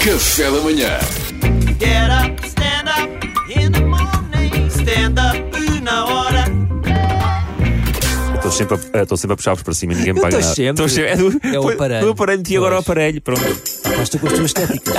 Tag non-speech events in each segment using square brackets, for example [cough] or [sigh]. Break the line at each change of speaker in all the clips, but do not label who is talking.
Café da manhã.
Get up, stand up in the morning. Stand up na hora.
Estou sempre, a- eh, estou sempre a puxar-vos para cima e ninguém me
Eu
paga
tô
nada.
sempre.
Tô É, do,
É o
foi-
aparelho.
Do aparelho, meti agora o
Pois.
aparelho. Pronto.
Mas tu com as tuas estéticas.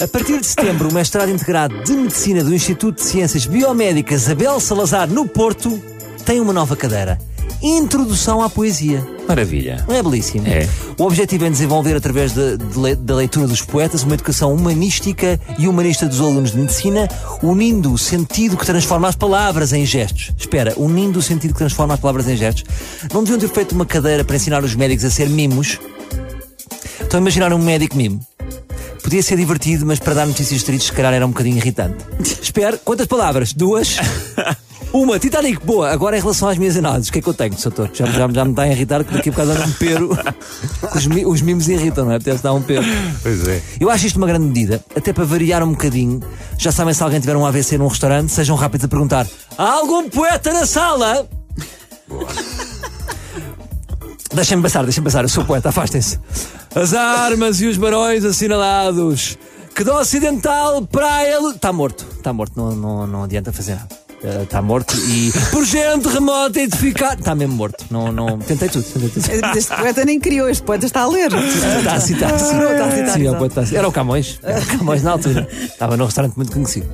A partir de setembro, o mestrado integrado de Medicina do Instituto de Ciências Biomédicas Abel Salazar, no Porto, tem uma nova cadeira. Introdução à poesia.
Maravilha.
Não é belíssimo?
É.
O objetivo é desenvolver, através da, de le- da leitura dos poetas, uma educação humanística e humanista dos alunos de medicina, unindo o sentido que transforma as palavras em gestos. Espera, unindo o sentido que transforma as palavras em gestos. Não deviam ter feito uma cadeira para ensinar os médicos a ser mimos? Estão a imaginar um médico mimo? Podia ser divertido, mas para dar notícias tristes, se calhar era um bocadinho irritante. Espero, quantas palavras? Duas? Uma, Titanic, boa. Agora em relação às minhas análises, o que é que eu tenho, Sr. Torque? Já, já, já me está a irritar que daqui a bocado ando um pero. Os, mi- os mimos irritam, não é? Apetece dar um pero.
Pois é.
Eu acho isto uma grande medida, até para variar um bocadinho. Já sabem, se alguém tiver um AVC num restaurante, sejam rápidos a perguntar: Há algum poeta na sala? Deixem-me passar, deixem-me passar, eu sou poeta, afastem-se. As armas e os barões assinalados. Que do ocidental praia. lu- Está morto, está morto, não, não, não adianta fazer nada. Eh, Está morto e. Por gente remota edificada. Está mesmo morto, não, não. Tentei tudo, tentei tudo.
Este poeta nem criou, este poeta está a ler.
Está a
está
citar.
a citar,
Sim, é o
exato.
poeta está a citar. Era o Camões. Era o Camões na altura. Estava num restaurante muito conhecido.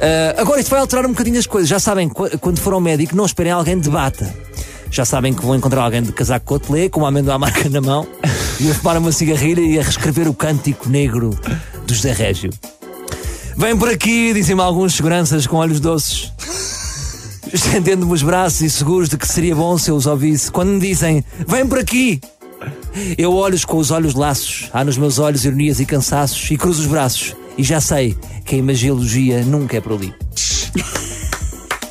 Ah, agora isto vai alterar um bocadinho as coisas. Já sabem, qu- quando for ao médico, não esperem alguém de bata. Já sabem que vão encontrar alguém de casaco cotelê, com uma amêndoa à marca na mão, e a fumar uma cigarrilha e a reescrever o cântico negro do José Régio. Vem por aqui, dizem-me alguns seguranças com olhos doces estendendo-me os braços e seguros de que seria bom se eu os ouvisse, quando me dizem: Vem por aqui! Eu olho-os com os olhos laços, há nos meus olhos ironias e cansaços, e cruzo os braços, e já sei que a imagiologia nunca é por ali.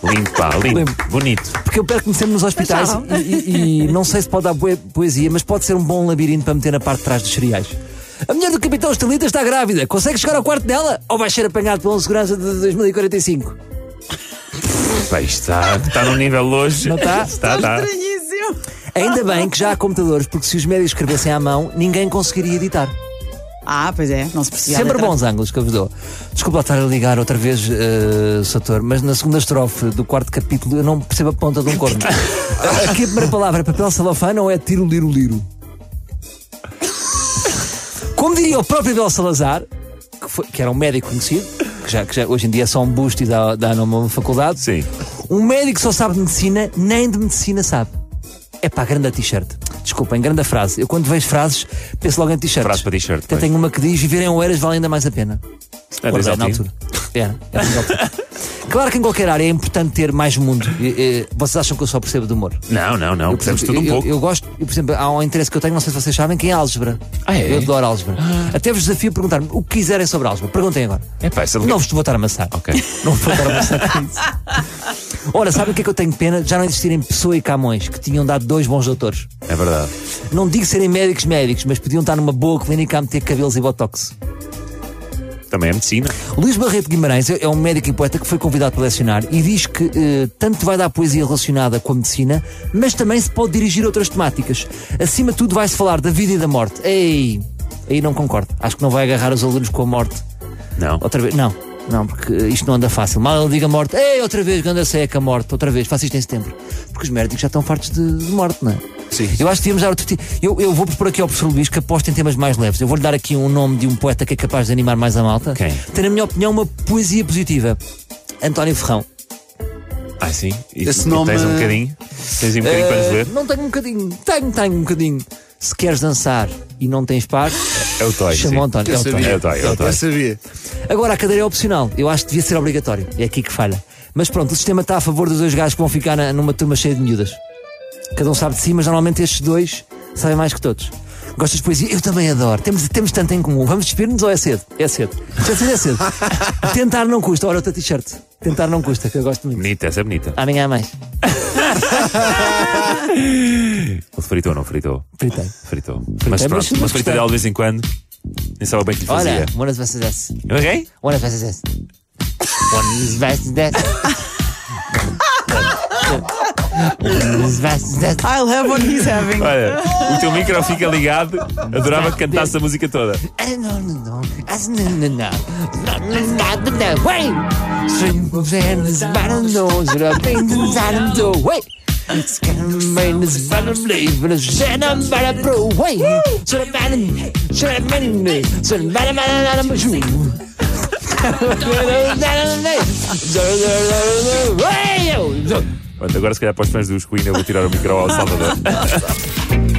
Limpo, pá, limpo.
Limpo.
Bonito.
Porque eu perco-me sempre nos hospitais
Mas
e, e- e não sei se pode dar boe- poesia, mas pode ser um bom labirinto para meter na parte de trás dos cereais. A mulher do capitão Estelita está grávida. Consegue chegar ao quarto dela ou vai ser apanhado por um segurança de 2045?
Pá, isto está, está num nível hoje.
Não tá? está?
Está, tá. está.
Estranhíssimo.
Ainda bem que já há computadores, porque se os médios escrevessem à mão, ninguém conseguiria editar.
Ah, pois é, não se precisa.
Sempre
letrar.
bons ângulos que eu vos dou. Desculpa lá estar a ligar outra vez, eh, Sator, mas na segunda estrofe do quarto capítulo eu não percebo a ponta de um
[laughs]
corno. Aqui a primeira palavra é papel salafano ou é tiro liro liro? Como diria o próprio Abel Salazar, que, foi- que era um médico conhecido, que, já, que já hoje em dia é só um busto e dá, dá nome a uma faculdade,
Sim.
um médico só sabe de medicina, nem de medicina sabe. É pá, grande a t-shirt. Desculpem, grande a frase. Eu quando vejo frases, penso logo em t-shirts.
Frase para t-shirt,
Até
pois.
tenho uma que diz: viver em Oeiras vale ainda mais a pena.
É,
Quando
diz
era
ao
na
tio.
altura. Era, era diz ao tio. [laughs] Claro que em qualquer área é importante ter mais mundo. E, e, vocês acham que eu só percebo de humor?
Não, não, não. Percebemos
eu,
tudo um
eu-
pouco.
eu gosto, eu, por exemplo, há um interesse que eu tenho, não sei se vocês sabem, que é álgebra.
Ah, é? Ah.
Eu adoro álgebra. Até vos desafio a perguntar-me o que quiserem sobre álgebra. Perguntem agora.
É pá, isso é
Não vos vou estar a amassar.
Ok.
Não vou estar a amassar com isso.
[laughs]
Ora, sabem o que é que eu tenho pena? De Já não existirem Pessoa e Camões, que tinham dado dois bons doutores.
É verdade.
Não digo serem médicos médicos, mas podiam estar numa boa clínica a meter cabelos e botox.
Também é medicina.
Luís Barreto Guimarães é é um médico e poeta que foi convidado para lecionar e diz que eh, tanto vai dar poesia relacionada com a medicina, mas também se pode dirigir a outras temáticas. Acima de tudo, vai-se falar da vida e da morte. Ei! Aí não concordo. Acho que não vai agarrar os alunos com a morte.
Não.
Outra vez, não, não, porque eh, isto não anda fácil. Mal ele diga morte, ei, outra vez, ganda seca, morte, outra vez, faça isto em setembro. Porque os médicos já estão fartos de, de morte, não é?
Sim.
Eu acho que devíamos dar outro tipo. Eu, eu vou propor aqui ao professor Luís que aposte em temas mais leves. Eu vou-lhe dar aqui um nome de um poeta que é capaz de animar mais a malta.
Quem?
Tem, na minha opinião, uma poesia positiva. António Ferrão.
Ah, sim. E,
Esse
e
nome
Tens um
é-
bocadinho. Tens aí um bocadinho para nos
Eh,
ler.
não tenho um bocadinho, tenho, tenho um bocadinho. Se queres dançar e não tens par,
É o Toy.
Eh, chama o
sim.
António.
Eu
É o António.
sabia.
Eu dói, eu dói.
Eu sabia.
Agora, a cadeira é opcional. Eu acho que devia ser obrigatório. É aqui que falha. Mas pronto, o sistema está a favor dos dois gajos que vão ficar na- numa turma cheia de miúdas. Cada um sabe de si, mas normalmente estes dois sabem mais que todos. Gostas de poesia? Eu também adoro. Temos, temos tanto em comum. Vamos despir-nos ou é cedo? É cedo. Já cedo é cedo. Tentar não custa. Ora, outra t-shirt. Tentar não custa, que eu gosto muito.
Bonita, essa é bonita.
Amanhã há mais.
Ele fritou, não fritou?
Fritei.
Fritou. Mas
mas
pronto,
não
uma frita
gostei.
dela de vez em quando. Nem sabe bem o que lhe fazia.
Ora, one of us is us.
Eu errei?
One of us is us. One of us is us.
I'll have what he's having.
[laughs]
Olha, o teu micro fica ligado. Adorava que cantasse a música toda. Pronto, agora se calhar para os fãs dos Queen eu vou tirar o micro ao Salvador.